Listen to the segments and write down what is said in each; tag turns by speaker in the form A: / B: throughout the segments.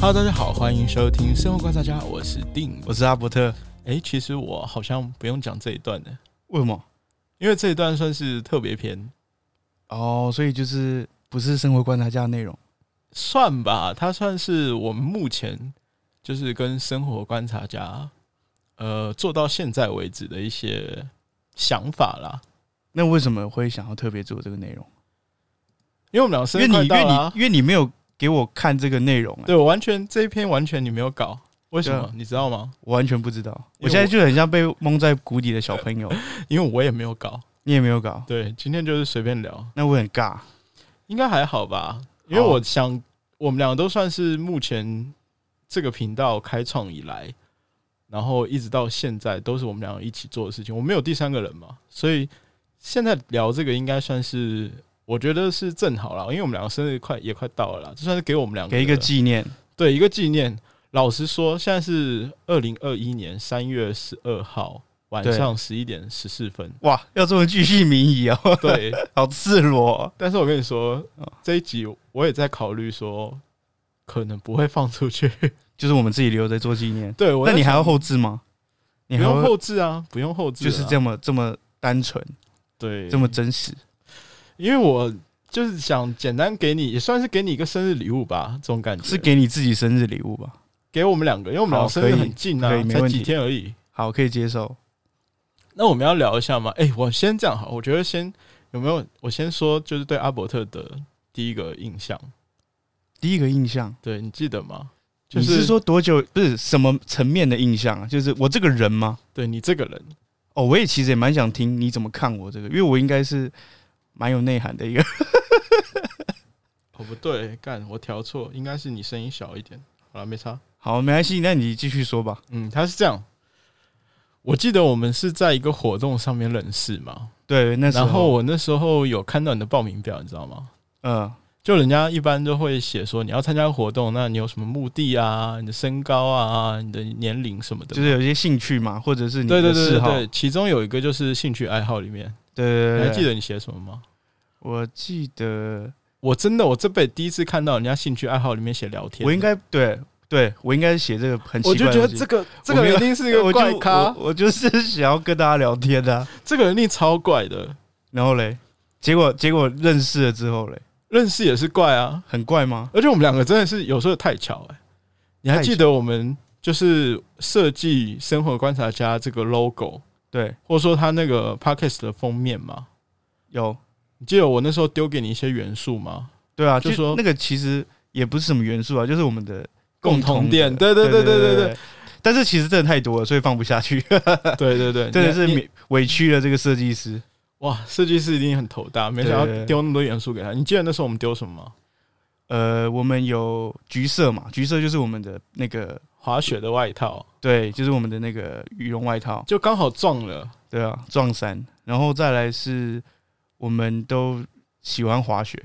A: Hello，大家好，欢迎收听生活观察家，我是定。
B: 我是阿伯特。
A: 哎、其实我好像不用讲这一段的，
B: 为什么？
A: 因为这一段算是特别篇，
B: 哦，所以就是不是生活观察家的内容。
A: 算吧，它算是我们目前就是跟生活观察家，呃，做到现在为止的一些想法啦。
B: 那为什么会想要特别做这个内容？
A: 因为我们俩生
B: 因为
A: 日
B: 你
A: 快
B: 因为
A: 到啦、啊
B: 你因为你没有给我看这个内容、哎，
A: 对我完全这一篇完全你没有搞，为什
B: 对
A: 么
B: 啊
A: 你知道吗？
B: 我完全不知道。
A: 因为我
B: 我现在就很像被蒙在鼓里的小朋 友，
A: 因为我也没有搞。
B: 你也没有搞，
A: 对，今天就是随便聊，
B: 那我很尬。
A: 应该还好吧？因为
B: 好啊
A: 我想，我们两个都算是目前这个频道开创以来，然后一直到现在都是我们两个一起做的事情。我没有第三个人嘛，所以现在聊这个应该算是，我觉得是正好啦，因为我们两个生日快也快到了啦，这算是给我们两个
B: 给一个纪念，
A: 对一个纪念。老实说，现在是二零二一年三月十二号晚
B: 对。
A: 上十一点十四分
B: 哇，要这么巨细靡遗哦，
A: 对，
B: 好赤裸哦、
A: 但是我跟你说
B: 哦，
A: 这一集我也在考虑说，可能不会放出去。 就是
B: 就是我们自己留着做纪念。
A: 对我在
B: 那
A: 想，
B: 你还要后置吗？你
A: 不
B: 还
A: 用
B: 会
A: 后置啊，不用后置、
B: 就是这。么这么单纯，
A: 对，
B: 这么真实？
A: 因为我就是想简单给你，也算是给你一个生日礼物吧，这种感觉
B: 是给你自己生日礼物吧？
A: 给我们两个，因为我们两
B: 好
A: 个生日
B: 可以
A: 很近啊
B: 可以，没
A: 才
B: 问
A: 几
B: 题
A: 天而已。
B: 好，可以接受。
A: 那我们要聊一下吗？哎、我先这样好，我觉得先有没有，我先说就是对阿伯特的第一个印象，
B: 第一个印象，
A: 对你记得吗？就
B: 你是说多久？不是什么层面的印象啊？就是我这个人吗？
A: 对你这个人，
B: 哦，我也其实也蛮想听你怎么看我这个，因为我应该是蛮有内涵的一个。
A: 哦不对，干我调错，应该是你声音小一点，好了没差。
B: 好，没关系，那你继续说吧。
A: 嗯，他是这样。我记得我们是在一个活动上面认识嘛，
B: 对，那时候，
A: 然后我那时候有看到你的报名表，你知道吗？
B: 嗯、
A: 就人家一般都会写说你要参加活动，那你有什么目的啊？你的身高啊，你的年龄什么的。
B: 就是有一些兴趣嘛，或者是你
A: 对对
B: 的
A: 对
B: 嗜
A: 对
B: 好。
A: 对，其中有一个就是兴趣爱好里面，
B: 对
A: 你
B: 对对
A: 还
B: 对
A: 记得你写什么吗？
B: 我记得，
A: 我真的，我这辈子第一次看到人家兴趣爱好里面写聊天，
B: 我应该对对，我应该是写这个很奇
A: 我
B: 怪
A: 就
B: 的
A: 觉
B: 东西。
A: 得这个这个
B: 我没
A: 人
B: 有
A: 一定是一
B: 我
A: 个怪
B: 就
A: 咖
B: 我，我就是想要跟大家聊天的啊、
A: 这个人一定超怪的，
B: 然后嘞，结果结果认识了之后嘞，
A: 认识也是怪啊。
B: 很怪吗？
A: 而且我们两个真的是有时候太巧哎、你还记得我们就是设计《生活观察家》这个 logo，
B: 对，
A: 或者说它那个 podcast 的封面吗？
B: 有
A: 你记得我那时候丢给你一些元素吗？
B: 对啊，
A: 就
B: 就
A: 说
B: 那个其实也不是什么元素啊，就是我们的
A: 共
B: 同
A: 同
B: 的
A: 点，对对对对对对。
B: 但是其实真的太多了，所以放不下去，
A: 对对对，
B: 真的是
A: 你
B: 委委屈了这个设计师。
A: 哇，设计师一定很头大，没想
B: 对
A: 到
B: 对对
A: 丢那么多元素给他。你记得那时候我们丢什么吗？
B: 呃，我们有橘色嘛，橘色就是我们的那个，
A: 滑雪的外套，
B: 对，就是我们的那个羽绒外套，
A: 就刚好撞了。
B: 对啊，撞衫。然后再来是我们都喜欢滑雪，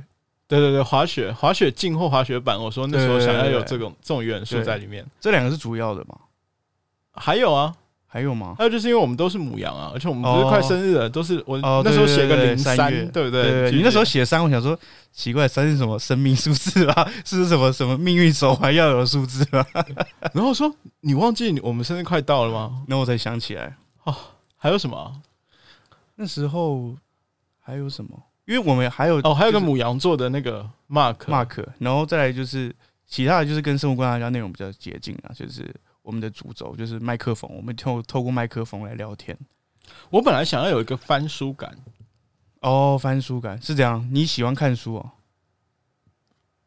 A: 对对对，滑雪、滑雪镜或滑雪板，我说那时候
B: 对对
A: 想
B: 对
A: 要有
B: 对
A: 这种这种元素
B: 对
A: 在里面。
B: 这两个是主要的嘛？
A: 还有啊，
B: 还有吗？
A: 还有就是因为我们都是母羊啊，而且我们不是
B: 哦
A: 快生日了，都是我
B: 哦
A: 那时候写个
B: 对对对
A: 零
B: 对
A: 三
B: 三月，
A: 对不
B: 对，
A: 对？
B: 你那时候写三，我想说奇怪，三是什么生命数字啊？是什么什么命运手环要有的数字 啊？
A: 然后我说你忘记你我们生日快到了吗？
B: 然后我才想起来，
A: 还有什么啊？
B: 那时候还有什么？因为我们还有
A: 哦，还有个
B: 就是
A: 母羊座的那个 Mark，
B: Mark，然后再来就是其他的就是跟生活观察家内容比较接近啊，就是我们的主轴就是麦克风，我们透透过麦克风来聊天。
A: 我本来想要有一个翻书感，
B: 哦，翻书感是这样，你喜欢看书哦？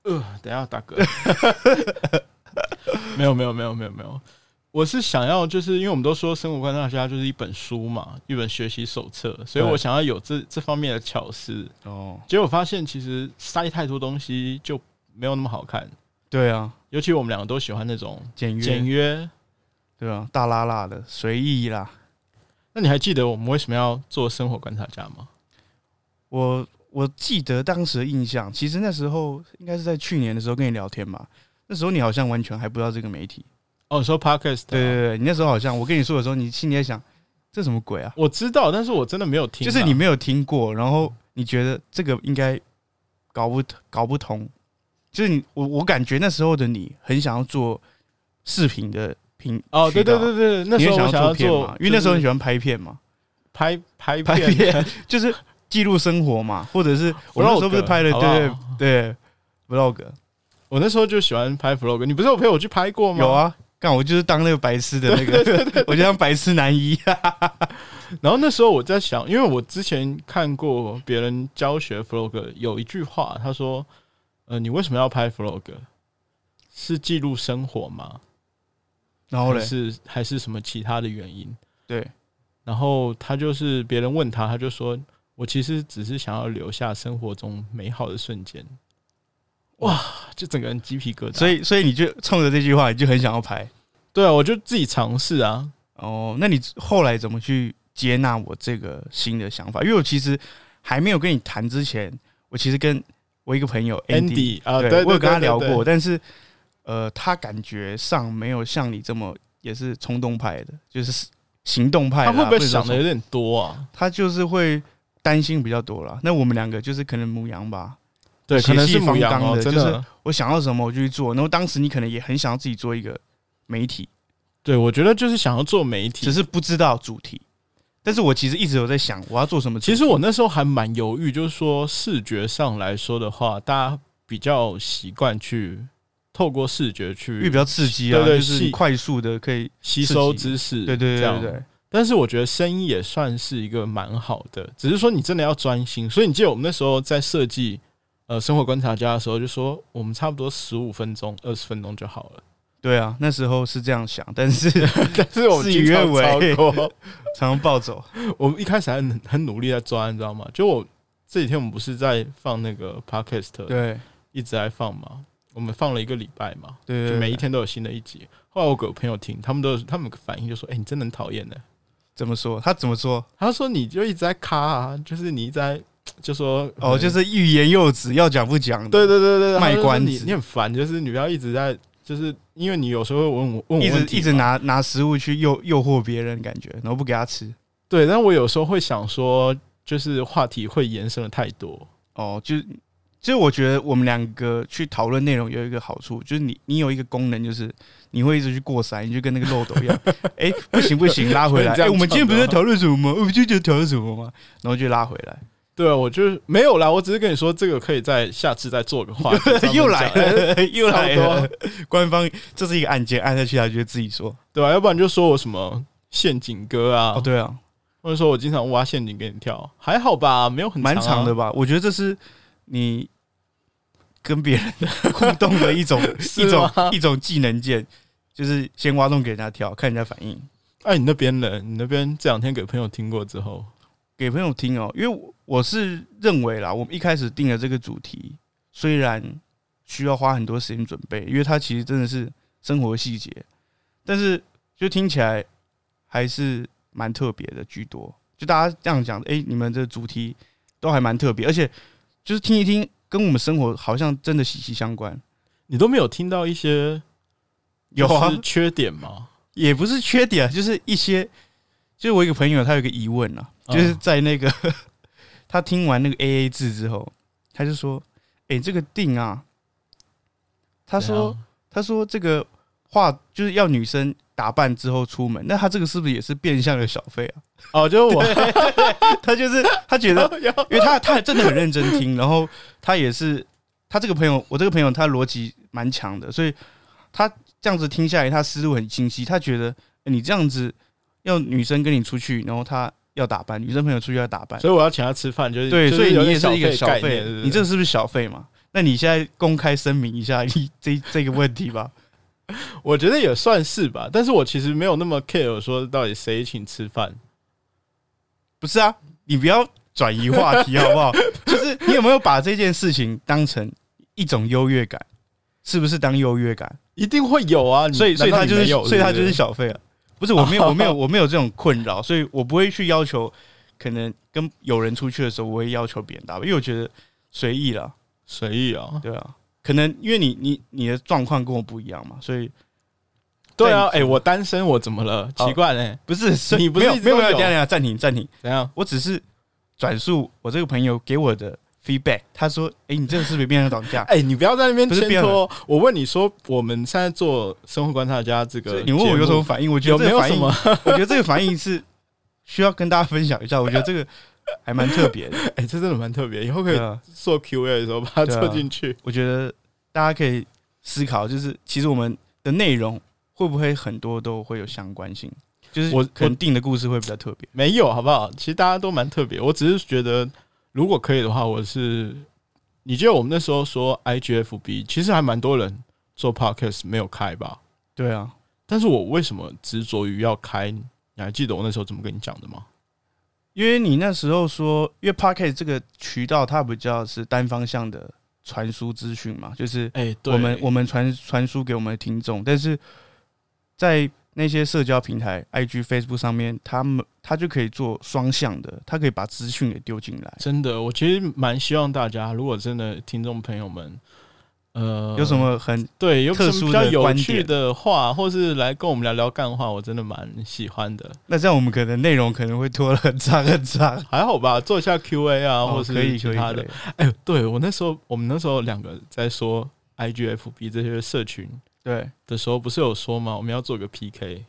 A: 呃，等一下大哥， 没有没有没有没有没有，我是想要就是因为我们都说生活观察家就是一本书嘛，一本学习手册，所以
B: 对
A: 我想要有这这方面的巧思，
B: 哦，
A: 结果发现其实塞太多东西就没有那么好看。
B: 对啊，
A: 尤其我们两个都喜欢那种
B: 简约，
A: 简约。
B: 对啊，大拉拉的，随意啦。
A: 那你还记得我们为什么要做生活观察家吗？
B: 我我记得当时的印象，其实那时候应该是在去年的时候跟你聊天吧。那时候你好像完全还不知道这个媒体，
A: 哦，你说 podcast，、啊、
B: 对对对，你那时候好像我跟你说的时候，你心里在想这什么鬼啊？
A: 我知道，但是我真的没有听啊、
B: 就是你没有听过，然后你觉得这个应该搞不搞不通，就是你我我感觉那时候的你很想要做视频的频
A: 哦，对
B: 渠道
A: 对对对，那
B: 你
A: 时
B: 也
A: 候我
B: 想
A: 想
B: 要
A: 要
B: 片
A: 做
B: 嘛，，因为那时
A: 就
B: 候你
A: 是
B: 喜欢拍片嘛，
A: 拍拍
B: 拍
A: 片哦
B: 片就是记录生活嘛，或者是我那时候不是拍了
A: Vlog，好不
B: 对
A: 好
B: 对 vlog
A: 我那时候就喜欢拍 vlog，你不是有陪我去拍过吗？
B: 有。啊，干我就是当那个白痴的那个， 我就当白痴男一，
A: 然后那时候我在想，因为我之前看过别人教学 vlog，有一句话，他说：“呃，你为什么要拍 vlog？是记录生活吗？
B: 然后
A: 还
B: 嘞，
A: 是还是什么其他的原因
B: 对，？”
A: 然后他就是别人问他，他就说：“我其实只是想要留下生活中美好的瞬间。”哇，就整个人鸡皮疙瘩。
B: 所以所以你就冲着这句话，你就很想要拍。
A: 对啊，我就自己尝试啊。
B: 哦，那你后来怎么去接纳我这个新的想法？因为我其实还没有跟你谈之前，我其实跟我一个朋友
A: Andy
B: Andy，,
A: 啊，
B: 对
A: 对，对
B: 我有跟他聊。
A: 对
B: 过，
A: 对
B: 但是呃，他感觉上没有像你这么也是冲动派的，就是行动派
A: 他
B: 的
A: 会
B: 啦。
A: 不会
B: 能说
A: 想的有
B: 冲？
A: 点多啊？
B: 他就是会担心比较多啦。那我们两个就是可能母羊吧，
A: 对，
B: 血
A: 可能
B: 气
A: 是母
B: 方
A: 羊
B: 刚
A: 哦，
B: 的
A: 真
B: 就是
A: 的。
B: 我想要什么我就去做。然后当时你可能也很想要自己做一个媒体，
A: 对，我觉得就是想要做媒体
B: 只。是不知道主题。但是我其实一直有在想我要做什么主题。
A: 其实我那时候还蛮犹豫，就是说视觉上来说的话，大家比较习惯去透过视觉
B: 因为
A: 去
B: 比较刺激啊，
A: 对对
B: 就是你
A: 戏
B: 快速的可以，
A: 吸收
B: 刺
A: 知识，
B: 对对
A: 这
B: 对
A: 样
B: 对。对。
A: 但是我觉得声音也算是一个蛮好的，只是说你真的要专心。所以你记得我们那时候在设计呃生活观察家的时候，就说我们差不多十五分钟、二十分钟就好了。
B: 对啊，那时候是这样想，但是常
A: 但是我们
B: 事
A: 经
B: 与
A: 常超
B: 愿违
A: 过。
B: 常暴走。
A: 我们一开始还很很努力在抓，你知道吗？就我这几天我们不是在放那个 podcast，
B: 对
A: 一直在放嘛，我们放了一个礼拜嘛，
B: 对
A: 就
B: 对，
A: 每一
B: 对
A: 天都有新的一集。后来我给我朋友听，他们都他们反应就说：“哎、你真的很讨厌呢。
B: 怎么说？他怎么说？”
A: 他说：“你就一直在卡啊，就是你一直在就说嗯
B: 哦，就是欲言又止，要讲不讲的。
A: 对对对对，对
B: 卖
A: 他就说
B: 关
A: 你
B: 子
A: 你很烦，就是你不要一直在，就是因为你有时候会问我问我
B: 一
A: 问
B: 直
A: 题
B: 一直
A: 嘛
B: 拿拿食物去诱诱惑别人，感觉然后不给他吃。
A: 对，但我有时候会想说，就是话题会延伸的太多。
B: 哦，就是就是我觉得我们两个去讨论内容有一个好处，就是你你有一个功能，就是你会一直去过筛，你就跟那个漏斗 一样，哎、不行不行，拉回来。
A: 你
B: 哎、
A: 这样
B: 我们今天不是在
A: 讲的
B: 讨论什么吗？我们今天讨论什么吗？然后就拉回来。。
A: 对，啊我就是没有啦，我只是跟你说，这个可以在下次再做个话题
B: 又来
A: 专门讲，
B: 了， 又来
A: 差
B: 了
A: 不。
B: 官方这是一个按键，按下去他就会自己说。
A: 对啊吧、要不然就说我什么陷阱歌啊，
B: 哦，对啊，
A: 或者说我经常挖陷阱给你跳，还好吧，没有很
B: 蛮
A: 啊
B: 长的。吧？我觉得这是你跟别人互动的一 种
A: 是啊
B: 一种
A: 吗
B: 一种技能键，就是先挖洞给人家跳，看人家反应。
A: 哎，你那边呢？你那边这两天给朋友听过之后，
B: 给朋友听哦，因为我我是认为啦，我们一开始定了这个主题，虽然需要花很多时间准备，因为它其实真的是生活细节，但是就听起来还是蛮特别的居多。就大家这样讲，诶，你们这主题都还蛮特别，而且就是听一听，跟我们生活好像真的息息相关。
A: 你都没有听到一些
B: 有啊
A: 就是，缺点吗？
B: 也不是缺点啊，就是一些，就是我一个朋友，他有一个疑问啊，
A: 嗯
B: 就是在那个、 他听完那个 A A 制之后，他就说：“哎、这个定啊，他说他说这个话就是要女生打扮之后出门，那他这个是不是也是变相的小费啊
A: 怎样哦，就是我？”
B: 他就是他觉得， 因为他他还真的很认真听，然后他也是他这个朋友，我这个朋友他逻辑蛮强的，所以他这样子听下来，他思路很清晰。他觉得、欸你这样子要女生跟你出去，然后她要打扮，女生朋友出去要打扮，
A: 所以我要请他吃饭，就是
B: 对，
A: 就
B: 所以
A: 有
B: 你
A: 点
B: 也是一个
A: 小
B: 小
A: 概
B: 费
A: 念对不，对
B: 你这是不是小费嘛？那你现在公开声明一下你这这个问题吧。
A: 我觉得也算是吧，但是我其实没有那么 care 说到底谁请吃饭。
B: 不是啊，你不要转移话题好不好？就是你有没有把这件事情当成一种优越感？是不是当优越感？
A: 一定会有啊，你
B: 所以所以
A: 难道
B: 他
A: 你
B: 就是
A: 没有
B: 所以他
A: 不
B: 就是小费啊，不是我 没有我没有我没有这种困扰，所以我不会去要求，可能跟有人出去的时候，我会要求别人打扮，因为我觉得随意啦，
A: 随意啊，
B: 对啊，可能因为你你你的状况跟我不一样嘛，所以
A: 对啊，
B: 在
A: 哎、
B: 你
A: 我单身，我怎么了？
B: 好
A: 奇怪呢、
B: 不是所以
A: 你不是
B: 没有
A: 一直
B: 没有
A: 都
B: 没有，
A: 有
B: 等一下等一下暂停暂停，
A: 怎样？？”
B: 我只是转述我这个朋友给我的 feedback，他说：“哎、你这个是不是变成涨价
A: 哎、你不要在那边
B: 不是
A: 牵
B: 变
A: 拖。我问你说，我们现在做生活观察家这
B: 所
A: 个
B: 以
A: 节目，
B: 你问我有什么反应？我觉
A: 有
B: 得这
A: 没
B: 个
A: 有
B: 反
A: 什
B: 应，
A: 么
B: 我？觉得这个反应是需要跟大家分享一下。我觉得这个还蛮特别的。
A: 哎、这真的蛮特别，以后可
B: 对
A: 以
B: 啊，
A: 做 Q&A 的时候把它
B: 对啊
A: 做进去。
B: 我觉得大家可以思考，就是其实我们的内容会不会很多都会有相关性？就是
A: 我
B: 肯定的故事会比较特别。
A: 没有，好不好？其实大家都蛮特别。我只是觉得，如果可以的话，我是你记得我们那时候说 IGFB，其实还蛮多人做 podcast 没有开吧？
B: 对啊，
A: 但是我为什么执着于要开？你还记得我那时候怎么跟你讲的吗？
B: 因为你那时候说，因为 p o c k e t 这个渠道它比较是单方向的传输资讯嘛，就是
A: 哎、对
B: 我们我们传传输给我们的听众，但是在那些社交平台、IG、Facebook 上面，他们他就可以做双向的，他可以把资讯给丢进来。
A: 真的，我其实蛮希望大家，如果真的听众朋友们，呃，
B: 有什么很
A: 对有什
B: 特
A: 么
B: 殊
A: 比较
B: 的
A: 有
B: 观
A: 趣
B: 点
A: 的话，或是来跟我们聊聊干话，我真的蛮喜欢的。
B: 那这样我们可能内容可能会拖得很长很长。
A: 还好吧，做一下 Q&A 啊，
B: 哦
A: 或是
B: 可以
A: 其
B: 可以
A: 他
B: 可
A: 的
B: 以。，
A: 哎呦，对我那时候，我们那时候两个在说 IGFB 这些社群
B: 对
A: 的时候，不是有说吗？我们要做个 PK？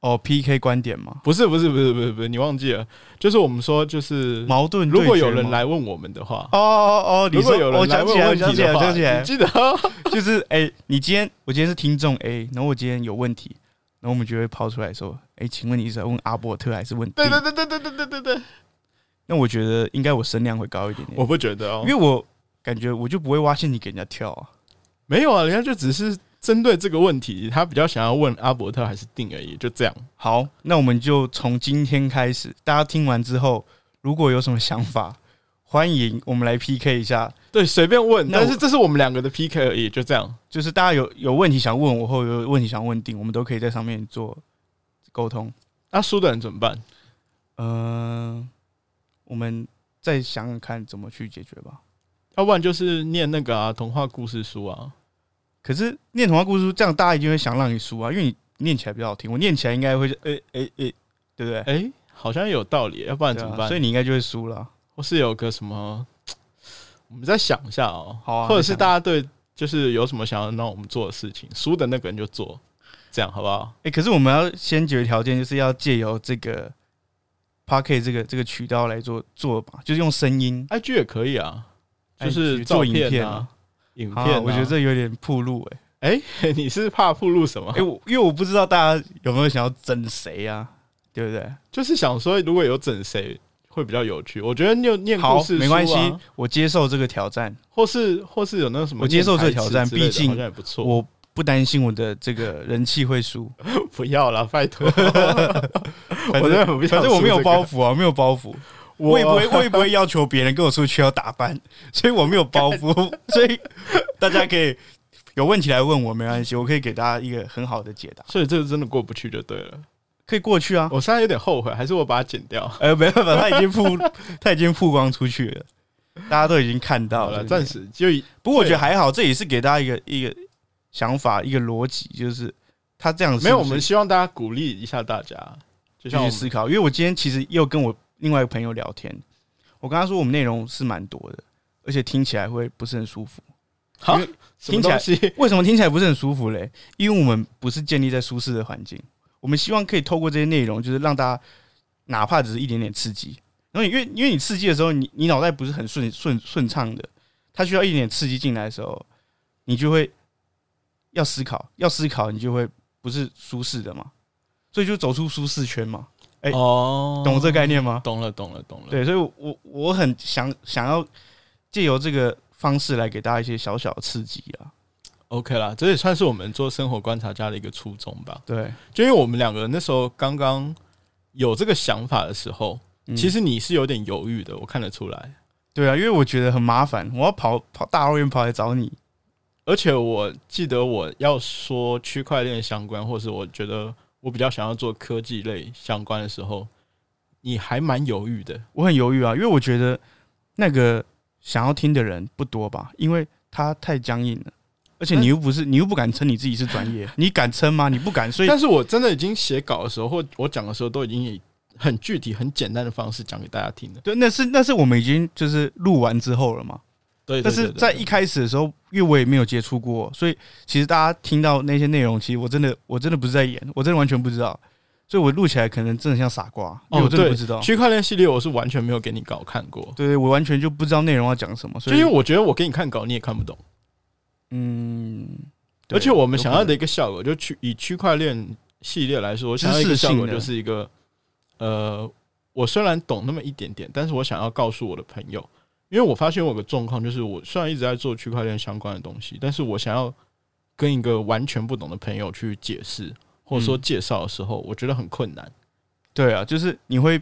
B: 哦，PK 观点嘛，
A: 不是，不是，不是，不是，不是，你忘记了？就是我们说，就是
B: 矛盾对决
A: 如
B: 嘛。
A: 果有人来问我们的话，
B: 哦，哦哦哦，你
A: 如果
B: 说
A: 有
B: 我
A: 人来
B: 想起
A: 问
B: 来，
A: 问
B: 我想
A: 题
B: 起
A: 的
B: 来，我
A: 话，
B: 想起来
A: 你，记得哦
B: 就是哎、你今天我今天是听众 A，然后我今天有问题，然后我们就会抛出来说，哎、请问你是要问阿伯特还是问 D？
A: 对对对对对对对对对，
B: 那我觉得应该我声量会高一点点，
A: 我不觉得哦
B: 因，为我感觉我就不会挖陷阱给人家跳啊。
A: 没有啊，人家就只是针对这个问题，他比较想要问阿伯特还是定而已，就这样。
B: 好，那我们就从今天开始，大家听完之后，如果有什么想法，欢迎我们来 PK 一下。
A: 对，随便问，
B: 那我
A: 但是这是我们两个的 PK 而已，就这样。
B: 就是大家有有问题想问我，或者有问题想问定，我们都可以在上面做沟通。
A: 那输的人怎么办？
B: 嗯、我们再想想看怎么去解决吧。
A: 要不然就是念那个啊童话故事书啊。
B: 可是念童话故事书，这样大家一定会想让你输啊，因为你念起来比较好听。我念起来应该会是，诶诶诶，对不对？
A: 哎、好像有道理，要不然
B: 对
A: 怎
B: 啊
A: 么办？
B: 所以你应该就会输了。
A: 或是有个什么，我们再想一下哦。
B: 好啊
A: 或者是
B: 再想
A: 大家对就是有什么想要让我们做的事情，输的那个人就做，这样好不好？
B: 欸诶，可是我们要先决条件就是要借由这个 p a r k e t 这个这个渠道来做做吧，就是用声音
A: IG 也可以啊，就
B: IG
A: 是
B: 哎做影
A: 照
B: 片
A: 啊
B: 啊、
A: 影片、
B: 啊我觉得这有点铺路诶。
A: 哎、 你是怕暴露什么？
B: 诶，欸我因为我不知道大家有没有想要整谁啊，对不对？
A: 就是想说，如果有整谁会比较有趣。我觉得念念故
B: 好，
A: 事、啊
B: 没关系，我接受这个挑战，
A: 或是或是有那个什么
B: 我
A: 念
B: 接受这个
A: 台词
B: 挑战
A: 之类的
B: 毕竟
A: 好像也不错。
B: 我不担心我的这个人气会输。
A: 不要啦，拜托，
B: 反
A: 我真的
B: 正
A: 很不想
B: 反正我没有
A: 输这个
B: 包袱啊，我没有包袱， 我也不会，我也不会要求别人跟我出去要打扮，所以我没有包 袱，所以大家可以有问题来问我，没关系，我可以给大家一个很好的解答，
A: 所以这个真的过不去就对了。
B: 可以过去啊。
A: 我现在有点后悔，还是我把它剪掉。
B: 哎，没办法，他已经曝 他已经曝光出去了，大家都已经看到
A: 好
B: 了
A: 了，。暂时就以
B: 不过我觉得还好，这也是给大家一个一个想法，一个逻辑，就是他这样
A: 没有。我
B: 是不
A: 们
B: 是
A: 希望大家鼓励一下大家，就像
B: 继
A: 我们
B: 续思考，因为我今天其实又跟我另外一个朋友聊天，我跟他说我们内容是蛮多的，而且听起来会不是很舒服。
A: 好
B: 因为
A: 什么
B: 听起
A: 东
B: 来
A: 西
B: 为什么听起来不是很舒服嘞？因为我们不是建立在舒适的环境，我们希望可以透过这些内容，就是让大家哪怕只是一点点刺激。然后你因为因为你刺激的时候，你你脑袋不是很顺顺顺畅的，它需要一点点刺激进来的时候，你就会要思考，要思考，你就会不是舒适的嘛，所以就走出舒适圈嘛，哎
A: 哦
B: 懂这个概念吗？
A: 懂了，懂了，懂了。
B: 对，所以我，我我很想想要借由这个方式来给大家一些小小的刺激啊。
A: ，OK 啦，这也算是我们做生活观察家的一个初衷吧。
B: 对，
A: 就因为我们两个那时候刚刚有这个想法的时候，
B: 嗯
A: 其实你是有点犹豫的，我看得出来。
B: 对啊，因为我觉得很麻烦，我要跑跑大老远跑来找你。
A: 而且我记得我要说区块链相关，或是我觉得我比较想要做科技类相关的时候，你还蛮犹豫的。
B: 我很犹豫啊，因为我觉得那个想要听的人不多吧，因为他太僵硬了，而且你又不是，你又不敢称你 自己是专业，你敢称吗？你不敢，所以
A: 但是我真的已经写稿的时候，或我讲的时候，都已经很具体、很简单的方式讲给大家听的。
B: 对，那是那是我们已经就是录完之后了嘛。
A: 对，对
B: 但是
A: 对对
B: 在
A: 对
B: 一开始的时候，因为我也没有接触过，所以其实大家听到那些内容，其实我真的我真的不是在演，我真的完全不知道，所以我录起来可能真的像傻瓜，因
A: 哦，
B: 为我真的
A: 对
B: 不知道，
A: 区块链系列，我是完全没有给你稿看过，
B: 对我完全就不知道内容要讲什么，
A: 就
B: 所
A: 因
B: 以
A: 为我觉得我给你看稿你也看不懂，
B: 嗯，对
A: 而且我们想要的
B: 有
A: 一个效果，就区以区块链系列来说，我想要一
B: 知
A: 个
B: 识性
A: 效果
B: 的
A: 就是一个，呃，我虽然懂那么一点点，但是我想要告诉我的朋友，因为我发现我有个状况，就是我虽然一直在做区块链相关的东西，但是我想要跟一个完全不懂的朋友去解释或者说
B: 嗯
A: 介绍的时候，我觉得很困难。
B: 可能对啊，就是你会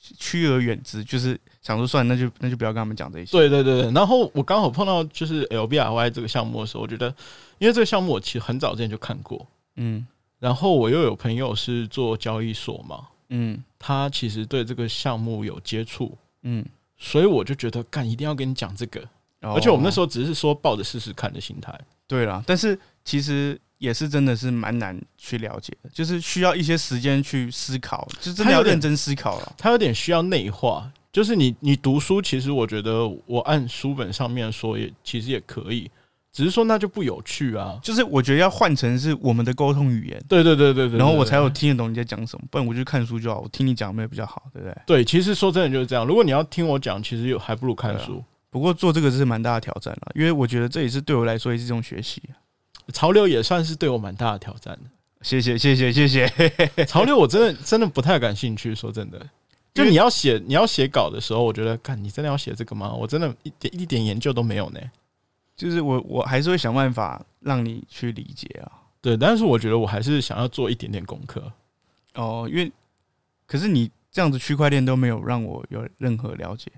B: 趋而远之，就是想说算了，那就那就不要跟他们讲这些，
A: 对对对对，然后我刚好碰到就是 LBRY 这个项目的时候，我觉得，因为这个项目我其实很早之前就看过，
B: 嗯
A: 然后我又有朋友是做交易所嘛，
B: 嗯
A: 他其实对这个项目有接触，
B: 嗯，
A: 所以我就觉得干一定要跟你讲这个，
B: 而
A: 而且我们那时
B: 候
A: 候只是说抱着试试看的心态，
B: 对啦，但是其实。也是真的是蛮难去了解的，就是需要一些时间去思考，就真的
A: 它
B: 要
A: 有点
B: 认真思考了。
A: 他有点需要内化。就是你，你读书，其实我觉得我按书本上面说也其实也可以，只是说那就不有趣啊。
B: 就是我觉得要换成是我们的沟通语言，
A: 对对对对对，
B: 然后我
A: 对
B: 才有听得懂你在讲什么，不然我就看书就好，我听你讲有没有比较好，对不对？
A: 对，其实说真的就是这样。如果你要听我讲，其实有还不如看书。
B: 不过做这个是蛮大的挑战了，因为我觉得这也是对我来说也是一种学习。啊
A: 潮流也算是对我蛮大的挑战
B: 谢谢谢谢谢谢，
A: 的。潮流我真的真的不太感兴趣，说真的。就你要写你要写稿的时候，我觉得，看你真的要写这个吗？我真的一点一点研究都没有呢。
B: 就是我我还是会想办法让你去理解啊。
A: 对，但是我觉得我还是想要做一点点功课。
B: 哦，因为可是你这样子区块链都没有让我有任何了解，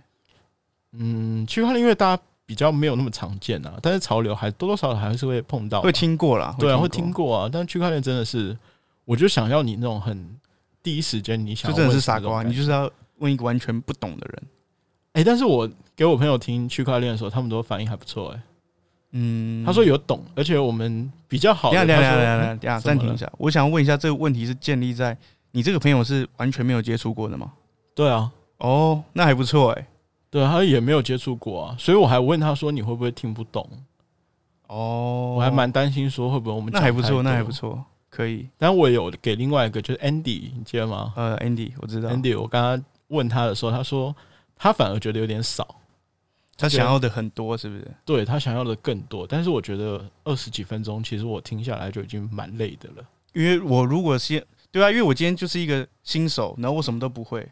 A: 嗯，区块链因为大家比较没有那么常见啊，但是潮流还多多少少还是会碰到，
B: 会听过啦，
A: 哦对啊，会
B: 会
A: 听
B: 过，
A: 过啊。但区块链真的是，我就想要你那种很第一时间你想
B: 就
A: 要
B: 真的
A: 问
B: 是
A: 什么
B: 傻
A: 这种
B: 瓜，
A: 感
B: 你
A: 觉
B: 就是要问一个完全不懂的人。
A: 哎、但是我给我朋友听区块链的时候，他们都反应还不错。哎，
B: 嗯，
A: 他说有懂，而且我们比较好的。
B: 等一下，等一
A: 他
B: 下，
A: 说嗯
B: 等一下，等一下，等一下，
A: 怎么
B: 暂停一下。我想问一下，这个问题是建立在你这个朋友是完全没有接触过的吗？
A: 对啊，
B: 哦，那还不错哎、
A: 对啊，他也没有接触过啊，所以我还问他说你会不会听不懂？
B: 哦，
A: 我还蛮担心说会不会我们
B: 那还不
A: 讲太
B: 错，
A: 多
B: 那还不。错，可以。
A: 但我有给另外一个就是 Andy，你记得吗
B: 呃，Andy，我知道
A: ？Andy，我刚刚问他的时候，他说他反而觉得有点少，
B: 他想要的很多，是不是？
A: 对他想要的更多。但是我觉得二十几分钟，其实我听下来就已经蛮累的了。
B: 因为我如果是对啊，因为我今天就是一个新手，然后我什么都不会，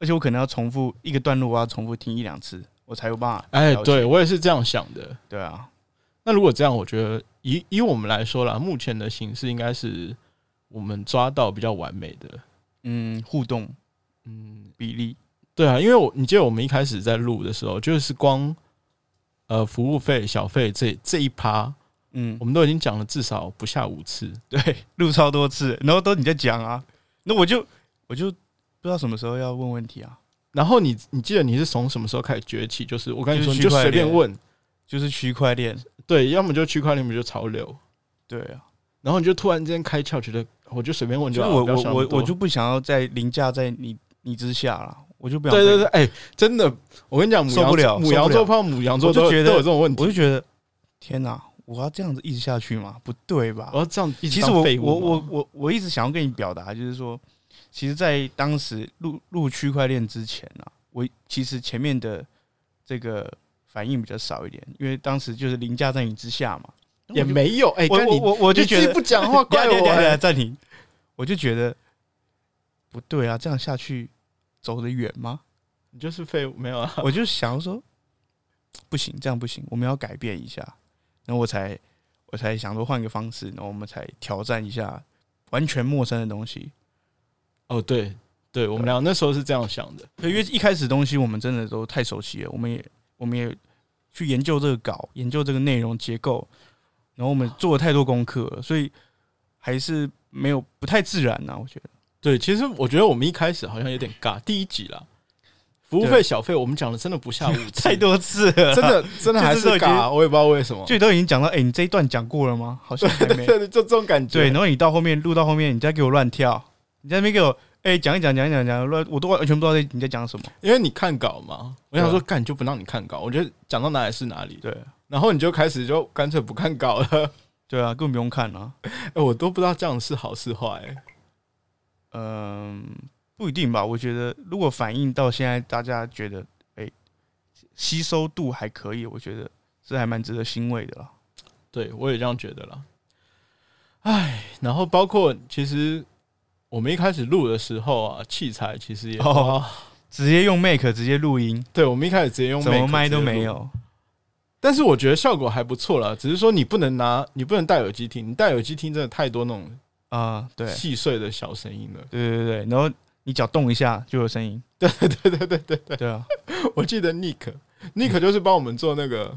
B: 而且我可能要重复一个段落，我要重复听一两次，我才有办法。
A: 哎，
B: 了解
A: 对我也是这样想的。
B: 对啊，
A: 那如果这样，我觉得以以我们来说啦，目前的形式应该是我们抓到比较完美的。
B: 嗯，互动
A: 嗯，
B: 比例，
A: 对啊，因为我你记得我们一开始在录的时候，就是光呃服务费、小费这这一趴，
B: 嗯
A: 我，们都已经讲了至少不下五次。
B: 对，录超多次，然后都你在讲啊，那我就我就不知道什么时候要问问题啊，
A: 然后你你记得你是从什么时候开始崛起？就是我跟你说，
B: 就是
A: 你
B: 区
A: 就
B: 块
A: 随
B: 链
A: 便问，
B: 就是区块链，
A: 对，要么就区块链，要么就潮流，
B: 对啊，
A: 然后你就突然之间开窍，觉得我就随便问
B: 就是
A: 就好，
B: 我
A: 不要
B: 我
A: 想那么
B: 我
A: 多
B: 我就不想要再凌驾在你你之下了，我就不想
A: 对对
B: 被
A: 对，，哎、真的，我跟你讲，母
B: 受
A: 羊
B: 不了
A: 母
B: 受
A: 羊
B: 不
A: 座
B: 了
A: 碰到母羊座
B: 我就
A: 都有
B: 觉得
A: 都有这种问题
B: 我。就觉得天哪、我要这样子一直下去吗？不对吧
A: 我？要这样一直
B: 其实
A: 当
B: 我
A: 废物吗
B: 我我我我一直想要跟你表达，就是说，其实，在当时入入区块链之前啊，我其实前面的这个反应比较少一点，因为当时就是凌驾在你之下嘛，
A: 也没有，哎，
B: 我
A: 跟
B: 我
A: 你
B: 我我就
A: 你自
B: 觉
A: 己
B: 得
A: 不讲 话怪
B: 等一
A: 我
B: 下等一下等一下
A: 哎，
B: 暂停，我就觉得不对啊，这样下去走得远吗？
A: 你就是废物，没有啊？
B: 我就想要说，不行，这样不行，我们要改变一下。然后我才我才想说换个方式，然后我们才挑战一下完全陌生的东西。
A: 哦，对对，我们俩那时候是这样想的，
B: 对，因为一开始东西我们真的都太熟悉了，我们也我们也去研究这个稿，研究这个内容结构，然后我们做了太多功课了，所以还是没有不太自然呐、啊我觉得。
A: 对，其实我觉得我们一开始好像有点尬，第一集啦，服务费、
B: 对
A: 小费，我们讲的真的不下五次
B: 太，多次了，
A: 真 的真的还
B: 就是这都已经
A: 尬，我也不知道为什么，
B: 就都已经讲到，哎、你这一段讲过了吗？好像还没。
A: 对，就这种感觉
B: 对，。然后你到后面录到后面，你再给我乱跳，你在那边给我，哎、哎，讲一讲，讲一讲，讲一讲，我都完全不知道在你在讲什么。
A: 因为你看稿嘛，我想说
B: 对
A: 干就不让你看稿，我觉得讲到哪里是哪里，
B: 对，
A: 然后你就开始就干脆不看稿了。
B: 对啊，根本不用看啊。
A: 哎、我都不知道这样是好是坏、
B: 嗯，不一定吧？我觉得如果反映到现在，大家觉得哎、吸收度还可以，我觉得是还蛮值得欣慰的啦。
A: 对我也这样觉得啦。哎，然后包括其实我们一开始录的时候啊，器材其实也
B: 哦直接用 Make 直接录音，
A: 对，我们一开始直接用
B: 什么
A: Mac
B: 麦都
A: 直接录
B: 没，有。
A: 但是我觉得效果还不错啦。只是说你不能拿，你不能戴耳机听，你戴耳机听真的太多那种
B: 啊、对
A: 细碎的小声音了。
B: 对对对，然后你脚动一下就有声音。
A: 对对对对对，
B: 对啊，
A: 我记得 Nick Nick 就是帮我们做那个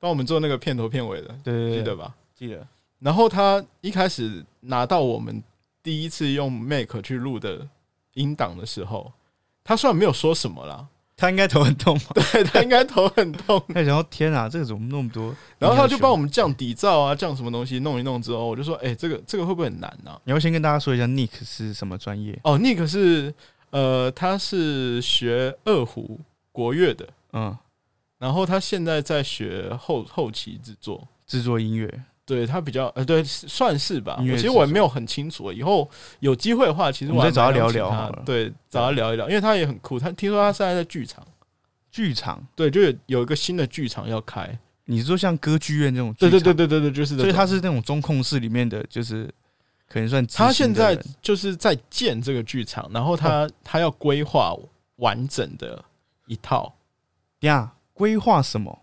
A: 帮我们做那个片头片尾的，
B: 对对对，
A: 记得吧？
B: 记得。
A: 然后他一开始拿到我们第一次用 Mac 去录的音档的时候，他虽然没有说什么啦，
B: 他应该头很痛吧？
A: 对他应该头很 痛，
B: 他想说天啊，这个怎么那么多？
A: 然后他就帮我
B: 们。
A: 们降底噪啊，降什么东西弄一弄之后，我就说，哎、这个这个会不会很难呢、啊？
B: 你要先跟大家说一下 Nick 是什么专业？
A: 哦，Nick 是呃，他是学二胡国乐的，
B: 嗯，
A: 然后他现在在学后后期制作，
B: 制作音乐。
A: 对他比较呃，对，算是吧。
B: 音乐
A: 我其实
B: 制作
A: 我也没有很清楚，啊以后有机会的话，其实
B: 我们
A: 还
B: 再找他
A: 蛮想
B: 聊
A: 请
B: 聊
A: 他
B: 好了
A: 对，找他聊一聊，因为他也很酷。他听说他现在在剧场，
B: 剧场，
A: 对，就有有一个新的剧场要开。
B: 你是说像歌剧院这种剧
A: 对
B: 场？
A: 对对对对对，就是这
B: 所以
A: 种
B: 他是那种中控室里面的，就是可能算执行的
A: 他现在
B: 人哦
A: 就是在建这个剧场，然后他、他要规划完整的一套，
B: 呀规划什么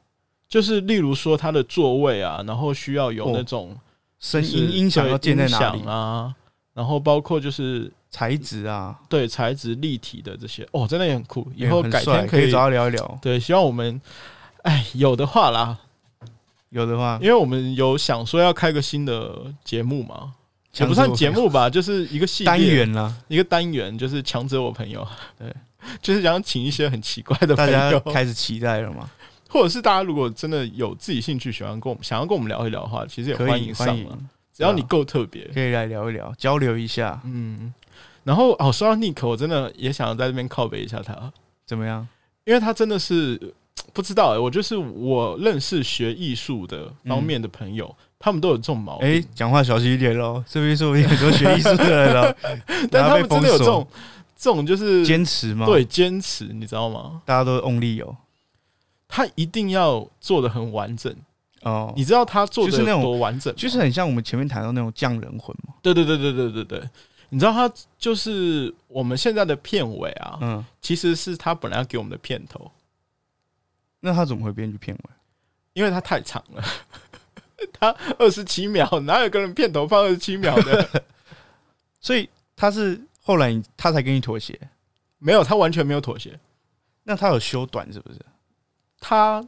A: 就是例如说他的座位啊，然后需要有
B: 哦
A: 那种
B: 声
A: 就是
B: 音音响
A: 对
B: 要建在哪
A: 音
B: 里
A: 响，啊，然后包括就是
B: 材质啊，
A: 对材质立体的这些，哦，真的也很酷。以后
B: 哎很
A: 改
B: 帅
A: 天
B: 可
A: 以
B: 找他聊一聊，
A: 对，希望我们哎有的话啦，
B: 有的话
A: 因为我们有想说要开个新的节目嘛，也
B: 强
A: 不
B: 制
A: 算
B: 我
A: 节目吧，就是一个系列
B: 单元 啊啦，
A: 一个单元，就是强者我朋友，
B: 对，
A: 就是想请一些很奇怪的
B: 大
A: 朋
B: 家
A: 友，
B: 开始期待了嘛？
A: 或者是大家如果真的有自己兴趣，喜欢跟我们想要跟我们聊一聊的话，其实也
B: 可
A: 欢
B: 以
A: 迎
B: 欢
A: 上啊嘛，
B: 迎，
A: 只要你
B: 啊
A: 够特别，
B: 可以来聊一聊，交流一下，
A: 嗯。然后哦，说到 Nick，我真的也想在这边靠背一下他，
B: 怎么样？
A: 因为他真的是不知道哎、我就是我认识学艺术的方面的朋友，
B: 嗯
A: 他们都有这种毛病，
B: 哎，讲话小心一点喽，这边说不定很多学艺术的人了，
A: 但
B: 然
A: 他
B: 后被
A: 们真的有这
B: 封锁
A: 种这种就是
B: 坚持嘛，，
A: 对坚持，你知道吗？
B: 大家都哦 only 有
A: 他一定要做的很完整，
B: 哦，
A: 你知道他做
B: 就是
A: 的
B: 那种
A: 多完整吗
B: 就是很像我们前面谈到那种匠人魂嘛，
A: 对对对对对对对，你知道他就是我们现在的片尾啊，
B: 嗯，
A: 其实是他本来要给我们的片头，
B: 那他怎么会编剧片尾？
A: 因为它太长了， 他二十七秒，哪有个人片头放二十七秒 的？
B: 所以他是后来你他才跟你妥协，
A: 没有，他完全没有妥协。
B: 那他有修短是不是？
A: 他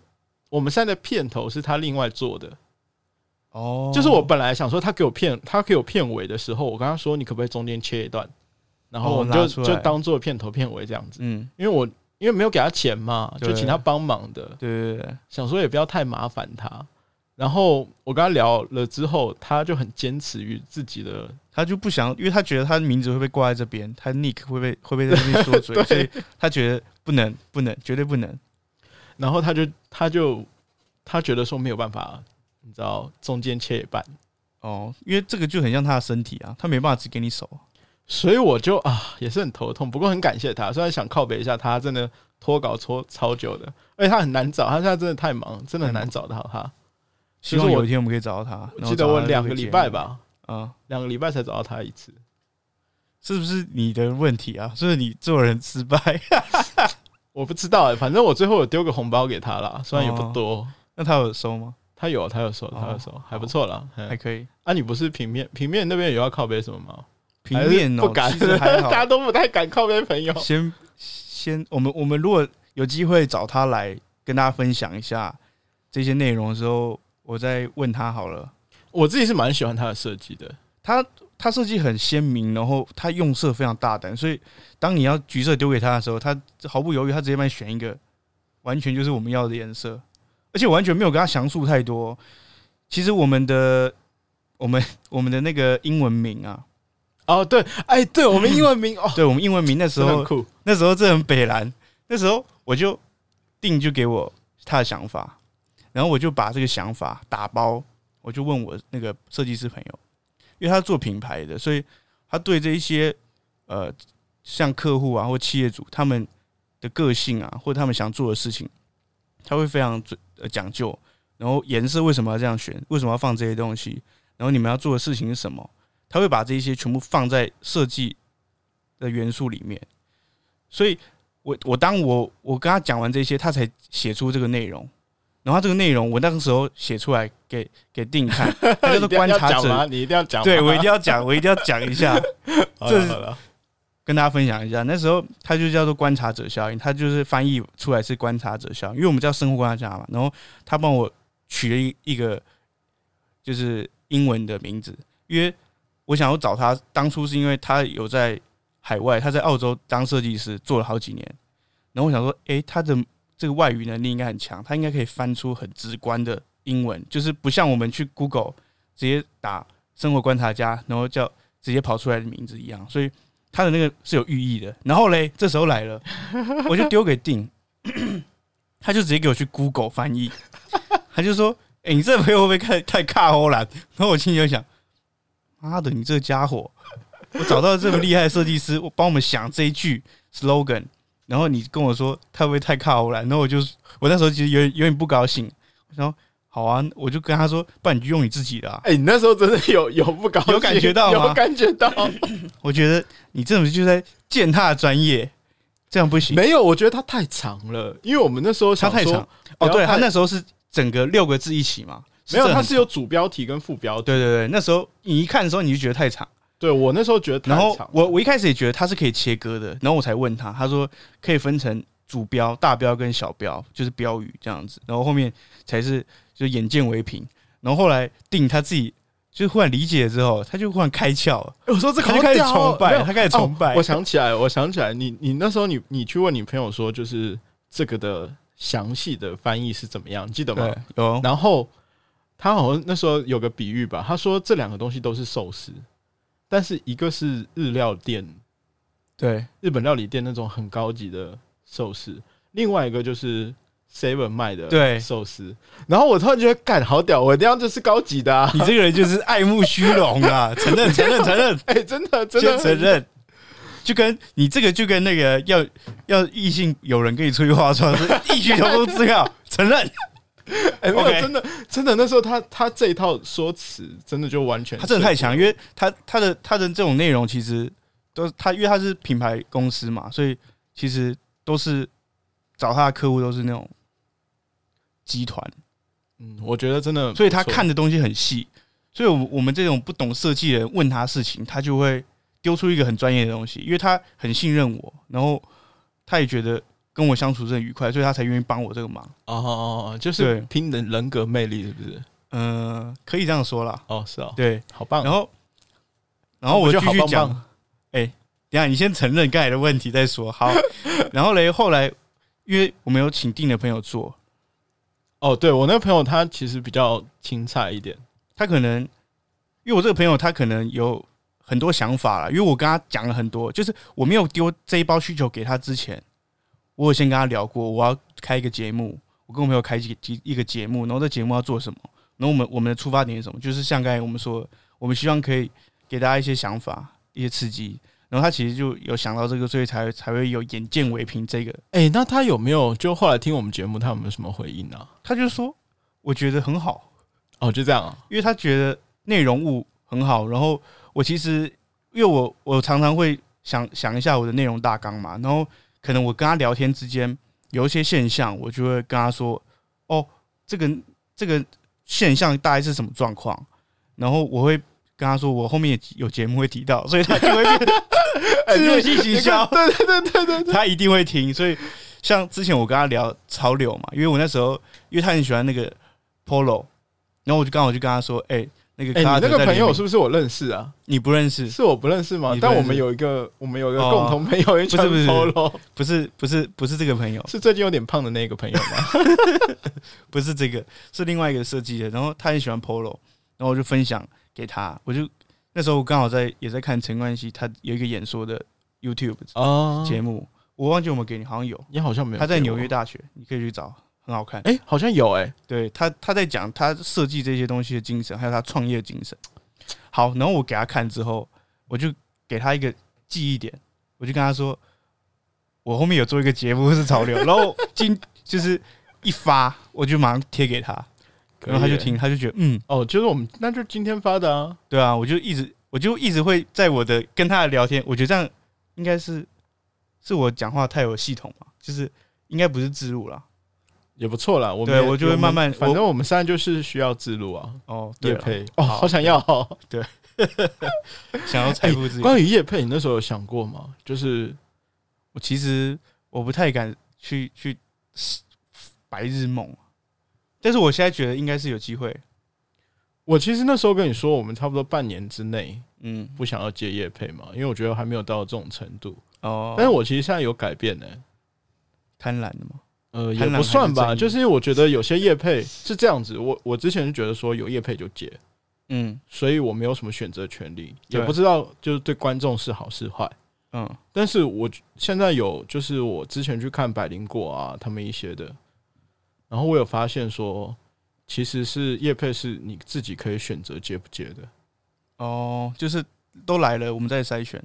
A: 我们现在的片头是他另外做的，
B: 哦
A: 就是我本来想说他给我片，他给我片尾的时候，我跟他说你可不可以中间切一段，然后
B: 哦
A: 我们
B: 拉
A: 就、
B: 出来
A: 就当做片头片尾这样子，
B: 嗯，
A: 因为我因为没有给他钱嘛，
B: 对
A: 就请他帮忙的，
B: 对对对，
A: 想说也不要太麻烦他。然后我跟他聊了之后，他就很坚持于自己的，
B: 他就不想，因为他觉得他的名字会被挂在这边，他 Nick 会被会被在这边说嘴，所以他觉得不能不能，绝对不能。
A: 然后他就他就他觉得说没有办法，你知道中间切一半，
B: 哦，因为这个就很像他的身体啊，他没办法只给你手。
A: 所以我就啊也是很头痛，不过很感谢他，虽然想靠北一下他，真的脱稿拖超久的，而且他很难找，他现在真的太忙，真的很难找到他。
B: 希望
A: 就是我
B: 有一天我们可以找到他。
A: 我
B: 嗯然后
A: 记得
B: 找
A: 我
B: 他
A: 两
B: 录
A: 个
B: 节
A: 礼
B: 目
A: 拜吧，
B: 啊，
A: 两个礼拜才找到他一次。
B: 是不是你的问题啊？是不是你做人失败？
A: 我不知道哎、反正我最后有丢个红包给他啦，虽然也不多，
B: 那他有收吗？
A: 他有他有收他有收，还不错啦。
B: 哦还
A: 嗯
B: 可以，
A: 啊，你不是平面平面那边有要靠背什么吗？
B: 平
A: 还
B: 面哦
A: 是不，敢，
B: 其实还 好
A: 大。家都不太敢靠背朋友。
B: 先先，我们我们如果有机会找他来跟大家分享一下这些内容的时候，我再问他好了。
A: 我自己是蛮喜欢他的设计的，
B: 他他设计很鲜明，然后他用色非常大胆，所以当你要橘色丢给他的时候，他毫不犹豫，他直接帮你选一个完全就是我们要的颜色，而且完全没有跟他详述太多。其实我们的我们我们的那个英文名啊，
A: 哦，对，哎，对我们英文名 哦，
B: 对我们英文名那时
A: 真的很
B: 候
A: 酷，
B: 那时候这很北蓝，那时候我就定就给我他的想法，然后我就把这个想法打包，我就问我那个设计师朋友，因为他做品牌的，所以他对这一些呃像客户啊或企业主他们的个性啊或者他们想做的事情，他会非常准呃讲究。然后颜色为什么要这样选？为什么要放这些东西？然后你们要做的事情是什么？他会把这一些全部放在设计的元素里面。所以我我当我我跟他讲完这些，他才写出这个内容。然后他这个内容，我那个时候写出来给给定看，他
A: 你
B: 就是
A: 一定 要
B: 观察
A: 讲
B: 者
A: 吗？你一定要讲吗，
B: 对我一定要讲，我一定要讲一下，
A: 好
B: 这
A: 了
B: 是
A: 好了，
B: 跟大家分享一下。那时候它就叫做观察者效应，它就是翻译出来是观察者效应，因为我们叫生活观察家嘛。然后他帮我取了一一个就是英文的名字，因为我想要找他，当初是因为他有在海外，他在澳洲当设计师做了好几年，然后我想说，诶、他的这个外语能力应该很强，他应该可以翻出很直观的英文，就是不像我们去 Google 直接打生活观察家，然后叫直接跑出来的名字一样，所以他的那个是有寓意的。然后嘞，这时候来了，我就丢给定，他就直接给我去 Google 翻译，他就说：“哎、你这朋友会不会太太卡欧了？”然后我心里就想：“妈的，你这家伙！我找到这么厉害的设计师，我帮我们想这一句 slogan，然后你跟我说他会不会太卡欧了？”然后我就我那时候其实有点有点不高兴，我想说：“好啊，我就跟他说，不然你就用你自己的、啊。”
A: 哎，你那时候真的有有不高兴，
B: 有感觉到吗
A: 有感觉 到，
B: 我觉得你这种就在践踏专业，这样不行。
A: 没有，我觉得它太长了，因为我们那时候
B: 它
A: 想
B: 太
A: 说
B: 长哦，
A: 不要
B: 对，
A: 太
B: 他那时候是整个六个字一起嘛，
A: 没有，
B: 这
A: 它
B: 很
A: 是有主标题跟副标题。
B: 对对对，那时候你一看的时候你就觉得太长，
A: 对我那时候觉得太
B: 然后
A: 长，
B: 我我一开始也觉得它是可以切割的，然后我才问他，他说可以分成主标、大标跟小标，就是标语这样子，然后后面才是就眼见为凭，然后后来定他自己就忽然理解之后，他就忽然开窍了，
A: 我说这个
B: 他就
A: 好
B: 开始
A: 屌哦
B: 崇拜
A: 没有
B: 他开始崇拜
A: 哦我想起来，我想起来，你你那时候你你去问你朋友说，就是这个的详细的翻译是怎么样，你记得吗
B: 对？，有
A: 然后他好像那时候有个比喻吧，他说这两个东西都是寿司，但是一个是日料店、
B: 对
A: 日本料理店那种很高级的寿司，另外一个就是 Seven 卖的
B: 对
A: 寿司。然后我突然觉得，干好屌，我一定要就是高级的啊！
B: 你这个人就是爱慕虚荣啊，承认承认承认。
A: 哎、真的真的
B: 先承认，就跟你这个就跟那个要要异性有人跟你出去划船是异曲同工之妙，承认
A: 哎、没有
B: OK
A: 真的真的，那时候他他这一套说辞真的就完全
B: 他真的太强，因
A: 为
B: 为他他的他的这种内容其实都是他因为他是品牌公司嘛，所以其实都是找他的客户都是那种集团，
A: 嗯，我觉得真的，
B: 所以他看的东西很细，所以我我们这种不懂设计的人问他事情，他就会丢出一个很专业的东西，因为他很信任我，然后他也觉得跟我相处是很愉快，所以他才愿意帮我这个忙。
A: 哦哦哦，就
B: 对
A: 是拼人人格魅力是不是？
B: 嗯、可以这样说啦。
A: 哦，是哦，
B: 对，
A: 好棒。
B: 然后然后我继
A: 就好
B: 续
A: 棒
B: 讲，
A: 棒
B: 等一下你先承认刚才的问题再说。好，然后嘞，后来因为我们有请定的朋友做，
A: 哦，对我那个朋友他其实比较青菜一点，
B: 他可能因为我这个朋友，他可能有很多想法了，因为我跟他讲了很多，就是我没有丢这一包需求给他之前，我有先跟他聊过，我要开一个节目，我跟我朋友开几几一个节目，然后这节目要做什么，然后我们我们的出发点是什么，就是像刚才我们说的，我们希望可以给大家一些想法，一些刺激。然后他其实就有想到这个，所以才才会有眼见为凭这个。
A: 哎、那他有没有就后来听我们节目，他有没有什么回应啊？
B: 他就说，我觉得很好，
A: 哦，就这样啊。
B: 因为他觉得内容物很好。然后我其实因为我我常常会想想一下我的内容大纲嘛，然后可能我跟他聊天之间有一些现象，我就会跟他说：“哦，这个这个现象大概是什么状况？”然后我会跟他说，我后面也有节目会提到，所以他就会变
A: 哎
B: 自入性行销。
A: 对对对对对对，
B: 他一定会听。所以像之前我跟他聊潮流嘛，因为我那时候因为他很喜欢那个 Polo，然后我就刚好就跟他说，哎、那个
A: 哎、你
B: Carter
A: 那个朋
B: 在联
A: 友
B: 名
A: 是不是我认识啊？
B: 你不认识，
A: 是我不认识吗？
B: 你不
A: 但
B: 认识
A: 我们有一个，我们有一个
B: 哦
A: 共同朋友，也穿
B: 不是不是
A: polo，
B: 不是不是不是这个朋友，
A: 是最近有点胖的那个朋友 吗？
B: 不是这个，是另外一个设计的。然后他很喜欢 Polo，然后我就分享给他，我就那那时候我刚好在也在看陈冠希，他有一个演说的 YouTube
A: 啊，
B: 节目，我忘记我们给你，好像有。
A: 你好像没有。
B: 他在纽约，大学，你可以去找，很好看。
A: 哎、好像有哎、
B: 对他，他在讲他设计这些东西的精神，还有他创业精神。好，然后我给他看之后，我就给他一个记忆点，我就跟他说，我后面有做一个节目是潮流，然后今就是一发，我就马上贴给他，然后他就
A: 听
B: 听，他就觉得嗯，
A: 哦，就是我们那就是今天发的啊，
B: 对啊，我就一直我就一直会在我的跟他的聊天，我觉得这样应该是是我讲话太有系统嘛，就是应该不是自入啦。
A: 也不错啦。我们
B: 对
A: 也
B: 我就会慢慢
A: 我们反正我们现在就是需要自录啊，
B: 哦，对
A: 叶
B: 了，
A: 配哦，好想要、哦。
B: 想要财富自由。
A: 关于叶配，你那时候有想过吗？就是
B: 我其实我不太敢去去白日梦，啊但是我现在觉得应该是有机会。
A: 我其实那时候跟你说，我们差不多半年之内
B: 嗯，
A: 不想要接叶配嘛，因为我觉得还没有到这种程度。
B: 哦，
A: 但是我其实现在有改变呢、
B: 贪婪的嘛，
A: 呃，也
B: 贪婪
A: 不算
B: 还
A: 吧，
B: 是正义
A: 就是我觉得有些业配是这样子，我我之前是觉得说有业配就接，
B: 嗯
A: 所以我没有什么选择权利，也
B: 对
A: 不知道就是对观众是好是坏。
B: 嗯
A: 但是我现在有，就是我之前去看百灵果啊，他们一些的，然后我有发现说，其实是业配是你自己可以选择接不接的。
B: 哦，就是都来了，我们再筛选，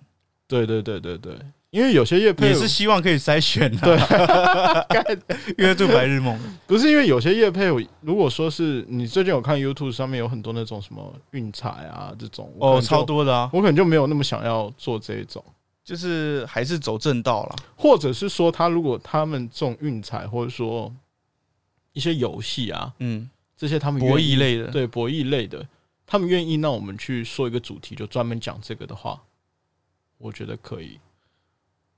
A: 对对对对对，因为有些业配
B: 也是希望可以筛选的、对， 因为做白日梦，
A: 不是因为有些业配，我如果说是你最近有看 YouTube 上面有很多那种什么运彩啊这种，我可
B: 哦，
A: 能就
B: 超，多的啊，
A: 我可能就没有那么想要做这一种，
B: 就是还是走正道啦。
A: 或者是说他如果他们这种运彩或者说一些游戏啊
B: 嗯，
A: 这些他们愿意
B: 博弈类的，
A: 对博弈类的，他们愿意让我们去说一个主题，就专门讲这个的话，我觉得可以。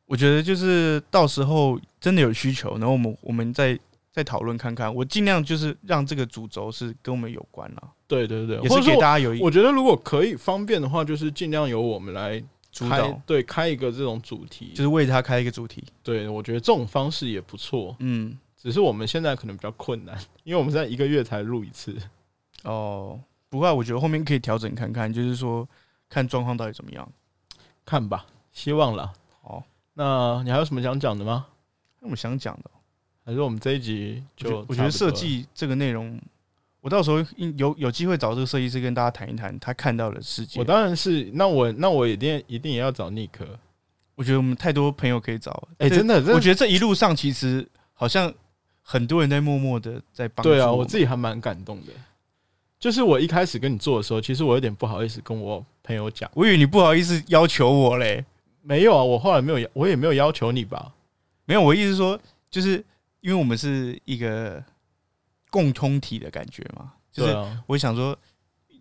B: 我觉得就是到时候真的有需求，然后我们我们再再讨论看看。我尽量就是让这个主轴是跟我们有关啦，
A: 对对对，
B: 也
A: 或者
B: 是
A: 说
B: 给大家有一
A: 我觉得如果可以方便的话，就是尽量由我们来
B: 主
A: 开
B: 导，
A: 对，开一个这种主题。
B: 就是为他开一个主题。
A: 对，我觉得这种方式也不错，
B: 嗯，
A: 只是我们现在可能比较困难，因为我们现在一个月才录一次。
B: 哦，不过我觉得后面可以调整看看，就是说看状况到底怎么样。
A: 看吧，希望啦。
B: 好，
A: 那你还有什么想讲的吗？
B: 那我们想讲的，
A: 还是我们这一集
B: 就
A: 就
B: 我觉
A: 差不多
B: 得设
A: 了
B: 计这个内容，我到时候应有有机会找这个设计师跟大家谈一谈他看到的世界。
A: 我当然是，那我那我一定一定也要找尼克。
B: 我觉得我们太多朋友可以找了，
A: 哎、
B: 这
A: 真的，真
B: 我
A: 的
B: 觉得这一路上其实好像很多人在默默的在帮助
A: 对啊，我
B: 我
A: 自己还蛮感动的。就是我一开始跟你做的时候，其实我有点不好意思跟我朋友讲。
B: 我以为你不好意思要求我嘞，
A: 没有啊，我后来没有要，我也没有要求你吧？
B: 没有，我意思是说，就是因为我们是一个共通体的感觉嘛，就
A: 对
B: 是
A: 啊，
B: 我想说，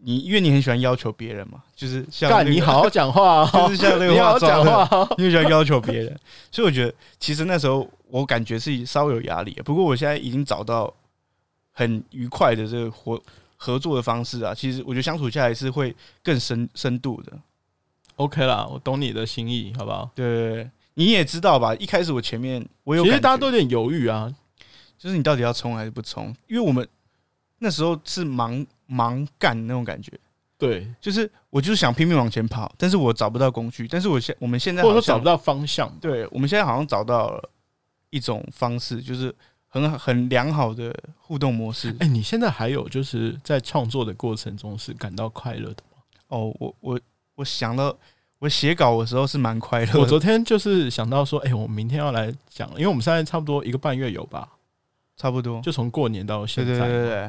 B: 你因为你很喜欢要求别人嘛，就是像
A: 干、
B: 那个
A: 你好，好讲话、哦，
B: 就是像那个
A: 你好好
B: 化
A: 讲
B: 妆的
A: 话、哦。
B: 你很喜欢要求别人，所以我觉得其实那时候我感觉是稍有压力，不过我现在已经找到很愉快的这个活合作的方式啊，其实我觉得相处下来是会更深深度的。
A: OK 啦，我懂你的心意，好不好？
B: 对对对，你也知道吧？一开始我前面我有
A: 其实
B: 感觉
A: 大家都有点犹豫啊，
B: 就是你到底要冲还是不冲？因为我们那时候是盲盲干那种感觉，
A: 对，
B: 就是我就是想拼命往前跑，但是我找不到工具，但是我现我们现在
A: 或者说
B: 好像
A: 找不到方向。
B: 对，我们现在好像找到了一种方式，就是很好很良好的互动模式。
A: 哎、你现在还有就是在创作的过程中是感到快乐的 吗？
B: 哦，我我我想到我写稿的时候是蛮快乐
A: 我
B: 的，
A: 昨天就是想到说，哎、我明天要来讲，因为我们现在差不多一个半月有吧，
B: 差不多。
A: 就从过年到现
B: 对
A: 在
B: 对
A: 嘛。
B: 对对对，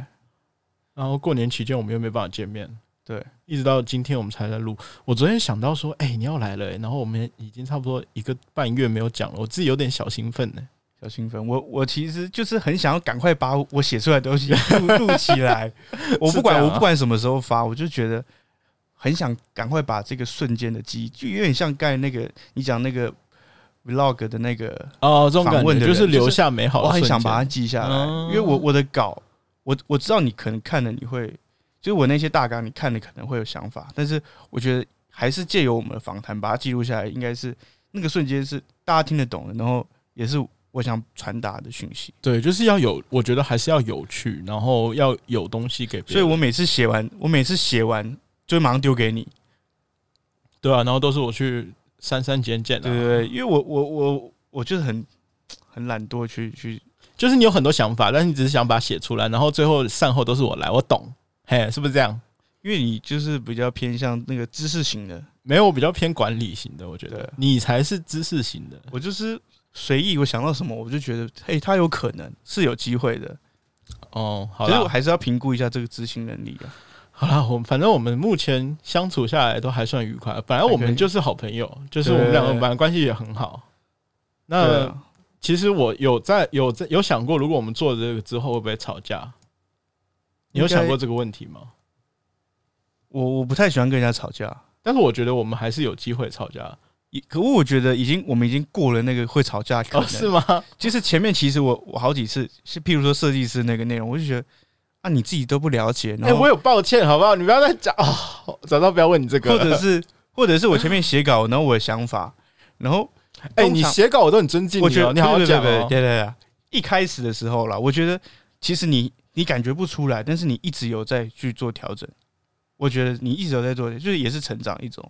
A: 然后过年期间我们又没办法见面，
B: 对，
A: 一直到今天我们才在录。我昨天想到说，哎、你要来了、欸然后我们已经差不多一个半月没有讲了，我自己有点小兴奋呢、
B: 小兴奋。我我其实就是很想要赶快把我写出来的东西录 录起 来。我不
A: 是这样
B: 管
A: 啊
B: 我不管什么时候发，我就觉得很想赶快把这个瞬间的记忆，就有点像刚才那个你讲那个 vlog 的那个
A: 哦，这种感
B: 访问
A: 觉
B: 的
A: 就
B: 人
A: 是留下美好的
B: 我很
A: 瞬
B: 想
A: 间。
B: 把它记下来，
A: 嗯
B: 因为我我的稿，我我知道你可能看了你会，就是我那些大纲你看了可能会有想法，但是我觉得还是借由我们的访谈把它记录下来，应该是那个瞬间是大家听得懂的，然后也是我想传达的讯息。
A: 对，就是要有，我觉得还是要有趣，然后要有东西给别
B: 所以
A: 人。
B: 我每次写完，我每次写完就会马上丢给你，
A: 对啊，然后都是我去删删减减
B: 对对
A: 啊，
B: 对，因为我我我我就是很很懒惰去去，
A: 就是你有很多想法，但是你只是想把它写出来，然后最后善后都是我来，我懂，嘿，是不是这样？
B: 因为你就是比较偏向那个知识型的，
A: 没有，我比较偏管理型的，我觉得
B: 对
A: 你才是知识型的，
B: 我就是随意，我想到什么我就觉得，嘿，他有可能是有机会的，
A: 哦，好
B: 可是我
A: 了，
B: 还是要评估一下这个执行能力啊。
A: 好了，我们反正我们目前相处下来都还算愉快，本来我
B: 还可
A: 们
B: 以
A: 就是好朋友，就是我们两个
B: 对
A: 本来关系也很好。
B: 对
A: 那
B: 啊
A: 其实我有在有在有想过，如果我们做了这个之后会不会吵架？你有
B: 应该
A: 想过这个问题吗？
B: 我我不太喜欢跟人家吵架，
A: 但是我觉得我们还是有机会吵架，哦
B: 也可我觉得已经我们已经过了那个会吵架的可
A: 哦，
B: 能，
A: 是吗？
B: 就是前面其实我我好几次是，譬如说设计师那个内容，我就觉得啊你自己都不了解，
A: 哎、
B: 然后
A: 我有抱歉，好不好？你不要再讲哦，早知道不要问你这个
B: 或
A: 了。
B: 者是或者是我前面写稿，然后我的想法，然后
A: 哎、
B: 通常
A: 你写稿我都很尊敬你、哦，
B: 我觉得
A: 你好好讲、哦。
B: 对对对对对对，一开始的时候啦，我觉得其实你你感觉不出来，但是你一直有在去做调整，我觉得你一直有在做，就是也是成长一种，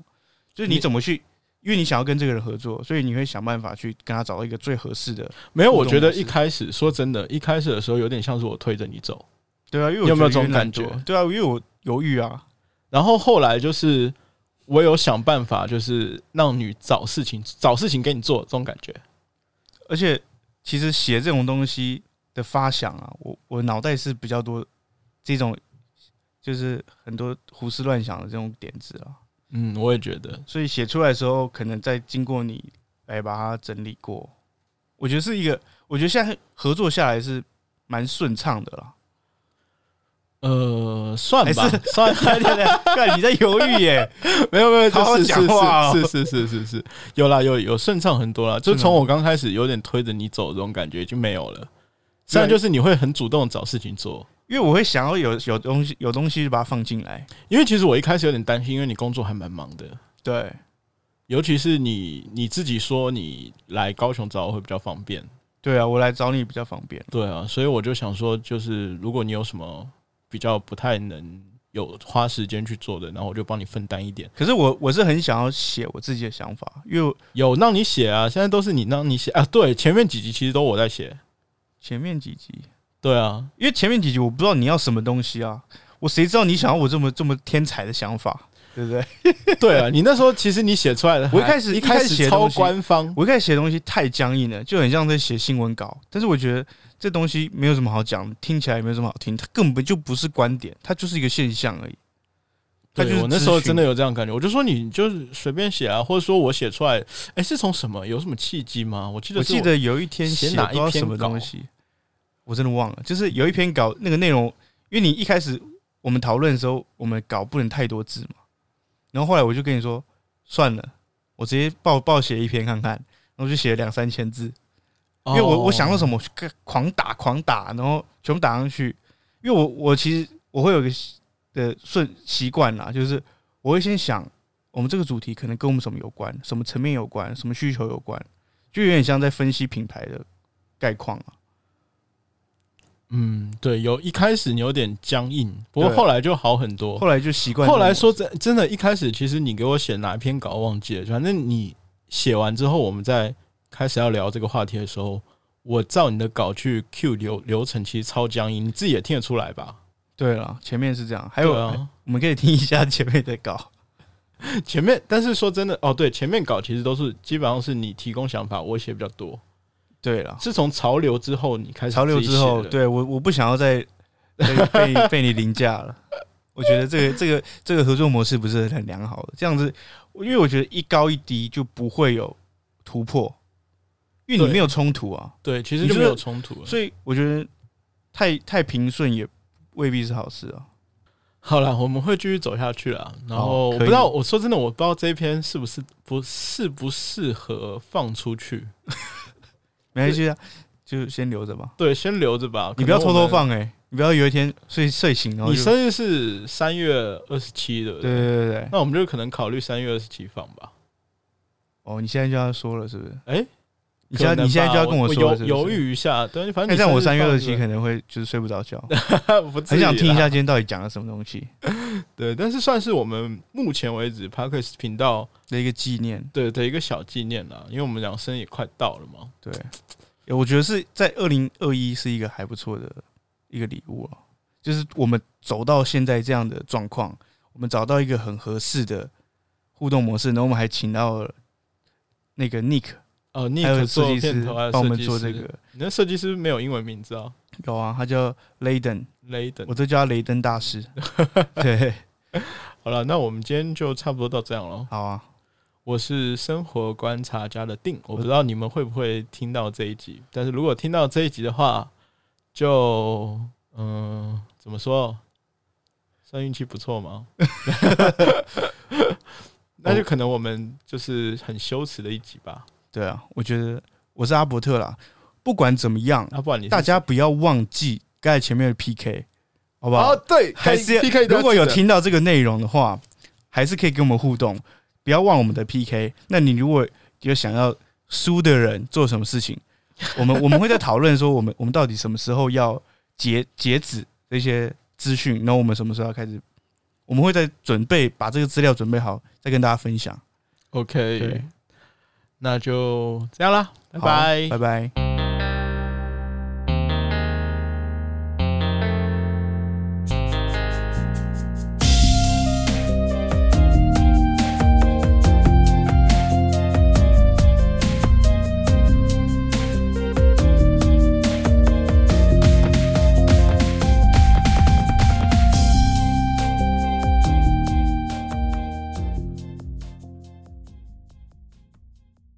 B: 就是你
A: 你
B: 怎么去。因为你想要跟这个人合作，所以你会想办法去跟他找到一个最合适的，
A: 没有，我
B: 互动
A: 觉得
B: 模式
A: 一开始说真的，一开始的时候有点像是我推着你走，
B: 对啊，因为我
A: 你有没有
B: 觉得
A: 这种
B: 懒
A: 感觉
B: 惰对啊，因为我犹豫啊，
A: 然后后来就是我有想办法，就是让你找事情找事情给你做，这种感觉。
B: 而且其实写这种东西的发想啊，我我脑袋是比较多这种，就是很多胡思乱想的这种点子啊，
A: 嗯，我也觉得，
B: 所以写出来的时候，可能再经过你来把它整理过，我觉得是一个，我觉得现在合作下来是蛮顺畅的啦。
A: 呃，算吧
B: 还是，
A: 算
B: 对对对，看你在犹豫耶，
A: 没有没有，就
B: 好好
A: 是是
B: 讲话哦
A: 是是是是是是，有啦有有顺畅很多啦，就是
B: 吗
A: 从我刚开始有点推着你走这种感觉已经没有了。
B: 对
A: 现在就是你会很主动地找事情做，
B: 因为我会想要有有东西有东西就把它放进来。
A: 因为其实我一开始有点担心，因为你工作还蛮忙的，
B: 对，
A: 尤其是你你自己说你来高雄找我会比较方便，
B: 对啊，我来找你比较方便。
A: 对啊，所以我就想说，就是如果你有什么比较不太能有花时间去做的，然后我就帮你分担一点，
B: 可是我我是很想要写我自己的想法，因为我
A: 有让你写啊，现在都是你让你写啊，对，前面几集其实都我在写，
B: 前面几集，
A: 对啊，
B: 因为前面几集我不知道你要什么东西啊，我谁知道你想要我这么这么天才的想法，对不对？
A: 对啊，你那时候其实你写出来的还，
B: 我一开始
A: 一
B: 一开始
A: 始
B: 写的
A: 超
B: 东西
A: 官方，
B: 我一开始写东西太僵硬了，就很像在写新闻稿。但是我觉得这东西没有什么好讲，听起来也没有什么好听，它根本就不是观点，它就是一个现象而已。它
A: 对
B: 就是
A: 我那时候
B: 资讯
A: 真的有这样感觉，我就说你就是随便写啊，或者说我写出来，哎，是从什么有什么契机吗？我记得
B: 我
A: 是
B: 记得有一天
A: 写
B: 写
A: 哪
B: 不
A: 一
B: 知道
A: 篇
B: 什么
A: 稿
B: 东西，我真的忘了。就是有一篇稿那个内容，因为你一开始我们讨论的时候，我们稿不能太多字嘛。然后后来我就跟你说，算了，我直接报报写一篇看看。然后就写了两三千字，因
A: 哦
B: 为我我想到
A: 么，
B: 什么，我去狂打狂打，然后全部打上去。因为我我其实我会有一个习的顺习惯啦，就是我会先想我们这个主题可能跟我们什么有关，什么层面有关，什么需求有关，就有点像在分析品牌的概况啊。
A: 嗯，对，有一开始你有点僵硬，不过
B: 对
A: 后来就好很多。
B: 后来就习惯这
A: 哦后
B: 种，
A: 来说真真的，一开始其实你给我写哪一篇稿忘记了，反正你写完之后，我们在开始要聊这个话题的时候，我照你的稿去 Q 流流程，其实超僵硬，你自己也听得出来吧？
B: 对了，前面是这样，还
A: 还
B: 有、
A: 啊，
B: 我们可以听一下前面的稿，
A: 前面，但是说真的，哦，对，前面稿其实都是基本上是你提供想法，我写比较多，
B: 对了，
A: 是从潮流之后你开始
B: 潮流
A: 自己
B: 之
A: 写
B: 后，
A: 的，
B: 对我我不想要再被被被你凌驾了。我觉得这个这个这个合作模式不是很良好的，这样子，因为我觉得一高一低就不会有突破，因为
A: 对
B: 你没有冲突啊，
A: 对，其实
B: 你
A: 就没
B: 就
A: 有冲突了。
B: 所以我觉得太太平顺也未必是好事啊。
A: 好了，我们会继续走下去啦。然后
B: 好
A: 我
B: 可以
A: 不知道，我说真的，我不知道这一篇是不是不适不适合放出去。
B: 没关系啊，就先留着吧。
A: 对，先留着吧。
B: 你不要
A: 可能
B: 偷
A: 我们
B: 偷。放哎、你不要有一天睡睡醒然后
A: 你
B: 就
A: 生日是三月二十七，对不
B: 对
A: 对？
B: 对对对，
A: 那我们就可能考虑三月二十七放吧。
B: 哦，你现在就要说了是不是？
A: 哎
B: 你现在你现在就要跟
A: 我
B: 说了是不
A: 犹犹
B: 是，
A: 豫一下，对，反
B: 哎，
A: 正
B: 这样我三月二
A: 十
B: 七可能会就是睡不着觉，
A: 能 不至
B: 很
A: 于
B: 想听一啊
A: 啦
B: 下今天到底讲了什么东西
A: 对，但是算是我们目前为止 Parkes 频道
B: 的一个纪念。
A: 对的一个小纪念啦，因为我们讲生日也快到了嘛。
B: 对，我觉得是在二零二一是一个还不错的一个礼物啊，就是我们走到现在这样的状况，我们找到一个很合适的互动模式，然后我们还请到了那个 Nick，
A: 哦，你
B: 还有
A: 可
B: 设
A: 做
B: 计
A: 片
B: 师
A: 头啊，
B: 帮我
A: 设
B: 们
A: 计
B: 做
A: 师
B: 这个。
A: 你的设计师没有英文名字啊
B: 有啊，他叫 Layden，
A: ，Layden
B: 我。都叫他雷登大 师。对，
A: 好了，那我们今天就差不多到这样了。
B: 好啊，
A: 我是生活观察家的定，我不知道你们会不会听到这一集，但是如果听到这一集的话，就嗯、怎么说，算运气不错吗？ 那就可能我们就是很羞耻的一集吧。
B: 对啊，我觉得我是阿伯特啦。不管怎么样，
A: 啊，不然你是
B: 大家不要忘记刚才前面的 PK，好不好？
A: 哦，对，
B: 还是
A: PK
B: 如果有听到这个内容的话，还是可以跟我们互动，不要忘我们的 PK。那你如果有想要输的人做什么事 情，我们我们会在讨论说，我们我们到底什么时候要截截止这些资讯，然后我们什么时候要开始，我们会在准备把这个资料准备好，再跟大家分享。
A: OK，
B: 对
A: 那就这样啦，拜
B: 好
A: 拜
B: 哎拜。拜。